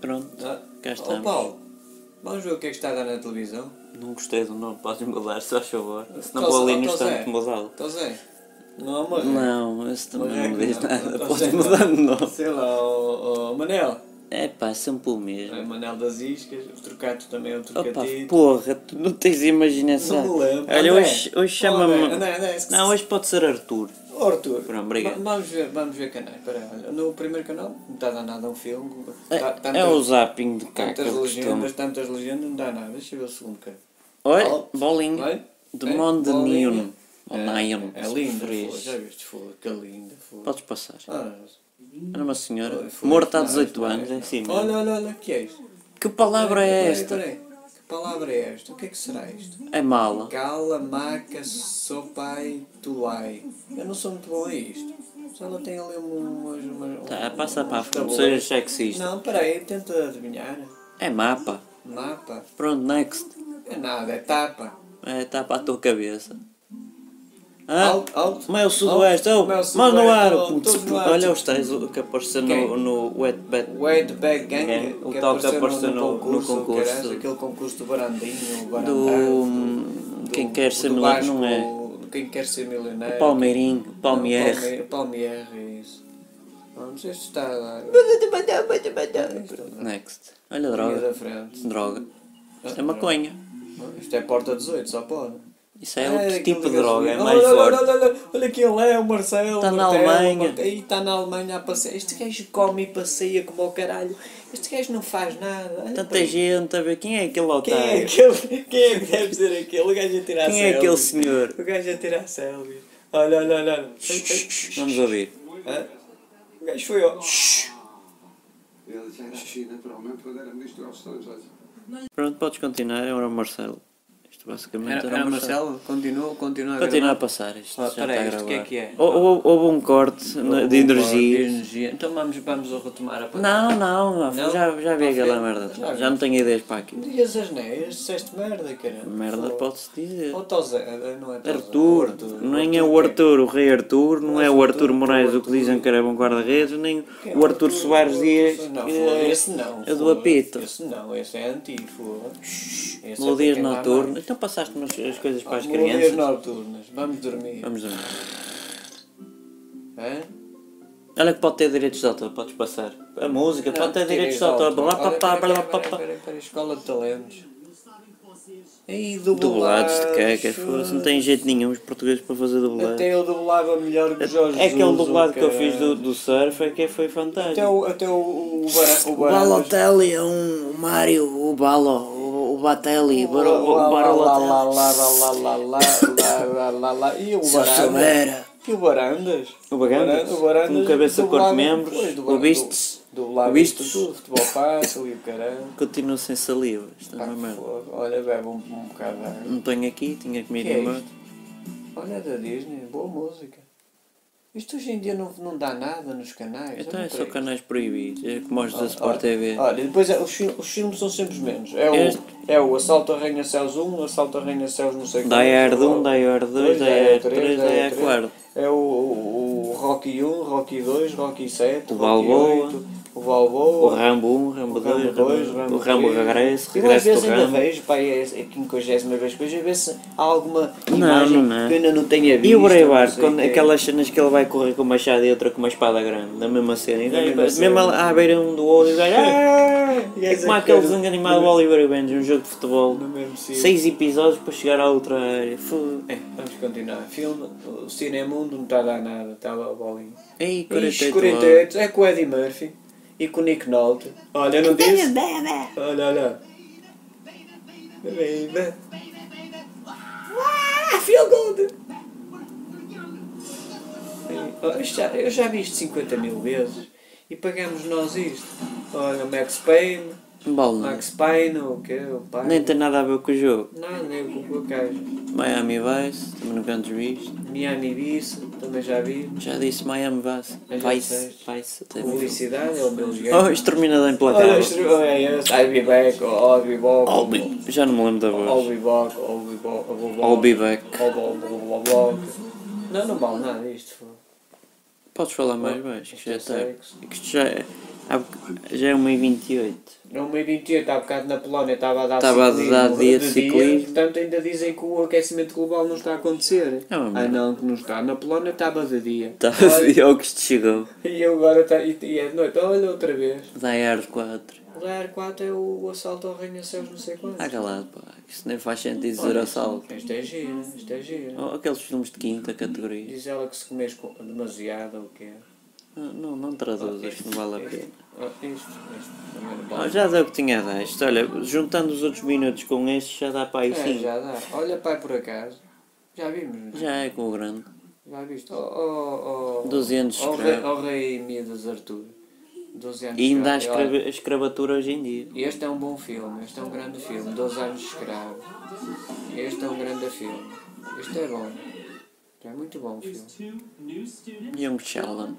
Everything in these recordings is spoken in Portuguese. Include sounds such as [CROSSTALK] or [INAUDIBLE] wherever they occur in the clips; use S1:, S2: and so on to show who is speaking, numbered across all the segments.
S1: Pronto,
S2: Ah,
S1: cá
S2: ó
S1: estamos.
S2: Paulo, vamos ver o que é que está a dar na televisão?
S1: Não gostei do nome, podes mudar, se faz favor. Senão
S2: Tó-
S1: vou ali no
S2: tó Então, Zé.
S1: instante mudá-lo.
S2: Então Zé, não há uma
S1: Não, esse
S2: Uma
S1: também não me
S2: regra,
S1: diz
S2: é não.
S1: nada.
S2: Tó
S1: Podes
S2: Zé,
S1: mudar
S2: não.
S1: de nome.
S2: Sei lá, o, Manel.
S1: É pá, sempre o
S2: É
S1: mesmo.
S2: Manel das Iscas, o Trocato também é o
S1: Opa,
S2: Trocatito.
S1: porra, tu não tens imaginação.
S2: Não me lembro.
S1: Olha,
S2: André,
S1: hoje, hoje
S2: fala bem.
S1: chama-me.
S2: André, André, esqueci.
S1: Não, hoje pode ser Arthur.
S2: Ó, Arthur,
S1: Pronto, obrigado.
S2: va- vamos ver, vamos ver canais. Pera, aí, olha, no primeiro canal não está a dar nada a um filme.
S1: É,
S2: tá-
S1: é
S2: tantas-
S1: o zapping de caca
S2: Tantas
S1: que
S2: legendas,
S1: costume.
S2: tantas legendas, não dá nada. Deixa eu ver o segundo cara.
S1: Olha,
S2: Paulo.
S1: bolinho.
S2: Vai?
S1: De
S2: É,
S1: Monde
S2: bolinha.
S1: Neon. Ou Neon,
S2: É, é
S1: se
S2: linda,
S1: preferires.
S2: foda, já viste, foda, que linda, foda.
S1: Podes passar.
S2: Ah,
S1: Era uma senhora.
S2: foda,
S1: Morta há
S2: não,
S1: 18
S2: não,
S1: anos, é
S2: não.
S1: assim mesmo.
S2: Olha, olha, olha, que é isto?
S1: Que palavra é
S2: Peraí,
S1: esta?
S2: peraí. Que palavra é esta? O que é que será isto?
S1: É mala.
S2: Cala, maca, sopai, tulai. Eu não sou muito bom a isto. Só ela tem ali umas. umas
S1: Tá,
S2: um-
S1: passa para a
S2: uns
S1: frente, seja
S2: tabuleiros.
S1: sexista.
S2: Não, peraí, tenta adivinhar.
S1: É mapa.
S2: Mapa.
S1: Pronto, next.
S2: É nada, é tapa.
S1: É, tá para a tua cabeça. Ah,
S2: Alto, alto.
S1: como é o sudoeste? Oh,
S2: Como é o
S1: mãos
S2: sudoeste,
S1: no ar!
S2: oh, todos no ar.
S1: Olha os tais o que apareceu
S2: Quem?
S1: no, no Wetbet.
S2: Wade Bag Gang,
S1: É, o
S2: que
S1: tal que
S2: apareceu
S1: apareceu no- no concurso.
S2: caralho, aquele concurso do Barandinho, o
S1: hum, quem quer ser milionário, não é?
S2: é? Quem quer ser milionário.
S1: O Palmeirinho, o Palmier.
S2: Palmier, Palmier, é isso. Vamos, este está a dar.
S1: Next. Olha a
S2: Linha
S1: droga.
S2: é da frente.
S1: Droga. Isto é
S2: Ah,
S1: maconha.
S2: droga. Isto é porta 18, só pode.
S1: Isso é outro
S2: aquele
S1: tipo de
S2: gasolina.
S1: droga, é
S2: Olha,
S1: mais
S2: assim. olha,
S1: forte.
S2: Olha, olha, olha quem ele é, o Marcelo.
S1: Está na
S2: Martelo,
S1: Alemanha.
S2: Marte- Ih, Está na Alemanha a passear. Este gajo come e passeia como ao caralho. Este gajo não faz nada. Olha para
S1: Tanta
S2: isto.
S1: gente a ver. Quem é aquele
S2: Quem é,
S1: otário?
S2: aquele, quem é que deve ser aquele? O gajo a tirar
S1: Quem é aquele
S2: selfies.
S1: senhor?
S2: O gajo a tirar selfies. Olha, olha, olha. olha.
S1: Vamos ouvir.
S2: Hã? O gajo foi ó.
S3: Ele já era assim, naturalmente, quando era ministro dos Estados Unidos.
S1: Pronto, podes continuar. Era o Marcelo. Isto basicamente era, o Marcelo.
S2: Continua, continua a
S1: Continua a passar isto.
S2: Ah,
S1: já
S2: peraí,
S1: está
S2: isto
S1: a
S2: o que é
S1: gravar.
S2: que é?
S1: Hou- hou- Houve um corte na- de energias.
S2: Então vamos, vamos retomar a
S1: Não, não,
S2: Não?
S1: já, já vi
S2: Não
S1: aquela
S2: fez?
S1: merda.
S2: Já
S1: Já,
S2: vi.
S1: não tenho ideias para aqui.
S2: Digas as neiras, disseste merda, caramba.
S1: Merda pode-se dizer.
S2: Ou Tozé, não é Tozé,
S1: Arthur,
S2: o Arthur.
S1: nem é o Arthur, o rei Arthur, não é o Arthur Moraes o que
S2: Arthur.
S1: dizem que era bom guarda-redes, nem
S2: Quem é
S1: o Arthur Soares
S2: Arthur
S1: Dias,
S2: Não,
S1: que
S2: foda, esse não.
S1: é do
S2: foda.
S1: apito.
S2: Esse não, esse é antigo. Esse é para
S1: Melodias
S2: queimar
S1: noturnas.
S2: mais.
S1: Então passaste-me as- as coisas para as
S2: Melodias
S1: crianças.
S2: noturnas, vamos dormir.
S1: Vamos dormir.
S2: Hã?
S1: Olha é que pode ter direitos de autor, podes passar. A música
S2: Não,
S1: pode ter
S2: tira
S1: direitos de
S2: isso
S1: autor.
S2: alto.
S1: Blá,
S2: Olha, é
S1: pá, pá,
S2: peraí,
S1: blá, pá,
S2: peraí,
S1: pá.
S2: peraí, peraí, Escola de talentos. Ei,
S1: Dublados de cacas, é foda-se, não tem jeito nenhum os portugueses para fazer dublado.
S2: Até eu dublava melhor que o Jorge
S1: É aquele
S2: Zuzu,
S1: dublado que eu
S2: caralho.
S1: fiz do, do surf, é que foi
S2: Até
S1: fantástico.
S2: o, até o, o, Bara- o
S1: O
S2: Baratas-
S1: Balotelli é um o Mário, o Balo, o, o Batelli, o Bar- o
S2: Lá, lá,
S1: Barolotelli.
S2: lá, lá, lá, lá, lá, lá, lá, lá, lá. E o
S1: Se eu
S2: Barandas?
S1: soubera.
S2: E o Barandas?
S1: O Barandas? Com cabeça de
S2: dublava-
S1: corte membros.
S2: pois,
S1: O
S2: dublava-
S1: Bistes?
S2: du- dublava
S1: O Bistes?
S2: tudo, futebol fácil e o caralho.
S1: Continuo sem saliva, isto é
S2: Ah,
S1: uma merda.
S2: fogo. Olha, bebe um, um bocado de água.
S1: Não tenho aqui, tinha comido
S2: Que é
S1: uma.
S2: isto? Olha, é da Disney, boa música. Isto hoje em dia não, não dá nada nos canais.
S1: Então
S2: olha
S1: é
S2: para
S1: só
S2: isto.
S1: canais proibidos, é como os da
S2: Olha,
S1: Sport TV.
S2: Olha, depois é- os, fil- os filmes são sempre os menos. É o,
S1: Este-
S2: é o Assalto a Arranha-Céus 1, Assalto a Arranha-Céus não sei
S1: Die Hard 1,
S2: qual.
S1: Die Hard 2, Die Hard 3, Die Hard 4.
S2: É o, o, o Rocky 1, Rocky 2, Rocky 7,
S1: O
S2: Rocky
S1: Balboa.
S2: 8, o
S1: O
S2: Balboa,
S1: Rambo 1, Rambo 2, Rambo- o Rambo
S2: 3.
S1: regressa,
S2: Eu às
S1: regressa do
S2: vezes ainda
S1: Rambo.
S2: vejo, pá, é a quinquagésima vez que vejo, a ver se há alguma
S1: Não,
S2: imagem
S1: não é.
S2: que eu ainda não tenha visto.
S1: E o Breivar,
S2: não sei é.
S1: quando
S2: o quê.
S1: aquelas cenas que ele vai correr com uma machado e outra com uma espada grande, na mesma cena, e
S2: Na
S1: daí,
S2: mesma
S1: mesmo
S2: cena.
S1: à à beira um do outro, e o gajo,
S2: [LAUGHS]
S1: "Ah!"
S2: E
S1: é
S2: essa
S1: como aquele
S2: coisa-
S1: desanimado Oliver Benz, um jogo de futebol,
S2: é No mesmo sítio.
S1: seis episódios para chegar à outra área. Fu-
S2: É, vamos continuar. Filme, o Cinemundo não está a dar nada, estava a bolinha.
S1: Ei, 48
S2: Ixi,
S1: horas.
S2: 48, é com o Eddie Murphy e com o Nick Nolte. Olha, não
S1: é
S2: disse? Olha, olha. Baby. Ah, feel good! Eu já, eu já vi isto 50 mil vezes e pagamos nós isto. Olha, o Max Payne,
S1: Bola.
S2: Max Payne, o quê? O pai.
S1: Nem tem nada a ver com o jogo.
S2: Não, nem com o gajo.
S1: Miami Vice, também nunca antes vi isto.
S2: Miami Vice, também já vi.
S1: Já disse Miami Vice.
S2: Eu já
S1: Vice,
S2: sei.
S1: Vice. até vi.
S2: Publicidade, é o meu jogo.
S1: Oh, exterminador
S2: Olha,
S1: implacável.
S2: isto é esse. I'll be back, ou I'll be back.
S1: I'll be- Já não me lembro da
S2: I'll
S1: voz.
S2: be back, I'll be back, I'll be back.
S1: I'll be back.
S2: I'll be- I'll be- I'll be back. Não, não vale nada isto.
S1: Podes falar mais baixo, que já
S2: Isto é
S1: está.
S2: sexo.
S1: Que isto já é. Há boc- Já é 1h28.
S2: Não meio 28, há um bocado na Polónia estava a dar
S1: Estava a dar dia de ciclismo.
S2: Portanto, ainda dizem que o aquecimento global não está a acontecer.
S1: Não,
S2: ah, não, que não está. Na Polónia estava de dia.
S1: É Tá,
S2: Olha,
S1: é o que isto chegou.
S2: [LAUGHS] E agora está. E, e é de noite. Olha outra vez.
S1: Dá ar 4.
S2: O Lair 4 é o, o assalto ao Arranha-Céus, não sei quanto.
S1: Ah, calado, pá. que Isso nem faz sentido dizer ao salto.
S2: Isto é giro, isto é giro.
S1: Ou aqueles filmes de quinta categoria.
S2: Diz ela que se comes com- demasiado ou o quê?
S1: Não, não, não traduz, acho que não vale a pena.
S2: Ah, isto, isto também não
S1: Ah,
S2: vale.
S1: já deu o que tinha a dar. Isto, olha, juntando os outros minutos com estes, já dá para aí
S2: É,
S1: 5.
S2: já dá. Olha, pai, por acaso. Já vimos, não é?
S1: Já é com o grande.
S2: Já viste? Oh, oh, oh,
S1: 200
S2: oh, rei,
S1: escravos.
S2: oh, rei Midas Arthur. 200
S1: E ainda há
S2: escravos.
S1: escrava- a escravatura hoje em dia.
S2: Olha, Este é um bom filme, este é um grande filme. 12 anos de escravo. Este é um grande filme. Este é bom. É muito bom o filme.
S1: Young Sheldon.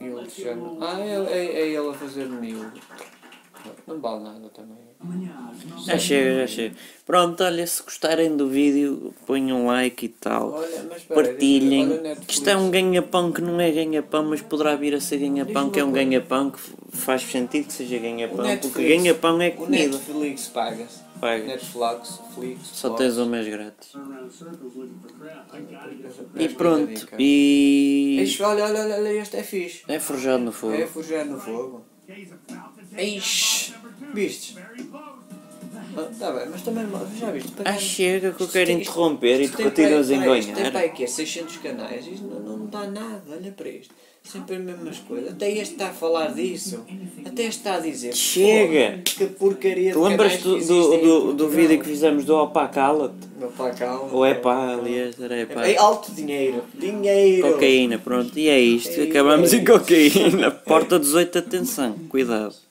S2: E ele te chama. Ah, é, é, é ele a fazer mil. Não vale nada também. É.
S1: Já chega, já chega. Pronto, olha, se gostarem do vídeo, ponham um like e tal.
S2: Olha, mas espera,
S1: Partilhem.
S2: deixa eu ver, olha Netflix.
S1: Que isto é um ganha-pão que não é ganha-pão, mas poderá vir a ser ganha-pão,
S2: Diz-me
S1: que é um
S2: uma coisa.
S1: ganha-pão que f- faz sentido que seja
S2: O
S1: ganha-pão, porque
S2: Netflix-
S1: ganha-pão é
S2: O
S1: comida.
S2: Netflix paga-se.
S1: Paga.
S2: Netflix, Flix,
S1: Só
S2: Fox.
S1: tens um mês grátis. E
S2: Mas
S1: pronto,
S2: coitadinho, cara.
S1: e.
S2: Ixi, Olha, olha, olha, olha, este é fixe.
S1: É forjado no fogo.
S2: É forjar no fogo. Ixi, viste? Está Ah, tá bem, mas também mal- já viste? para
S1: Ah,
S2: cá-
S1: chega que eu
S2: isto
S1: quero
S2: tem-
S1: interromper e
S2: isto
S1: tu
S2: tem para
S1: continuas a
S2: aí- para aí- Isto tem para
S1: enganhar.
S2: aí quê? 600 canais, isto não, não dá nada, olha para isto. Sempre as mesmas coisas. Até este está a falar disso. Até este está a dizer.
S1: Chega!
S2: "Pô, Que porcaria de
S1: Tu lembras do,
S2: canais que
S1: do,
S2: existem em
S1: do, do
S2: Portugal?"
S1: vídeo que fizemos do Opa Cala-te?
S2: Não, pá, calma.
S1: Ou é pá, aliás, era é pá.
S2: É alto dinheiro. Dinheiro.
S1: Cocaína, pronto, e é isto.
S2: É
S1: Acabamos em
S2: isso.
S1: cocaína. Porta 18, atenção, cuidado.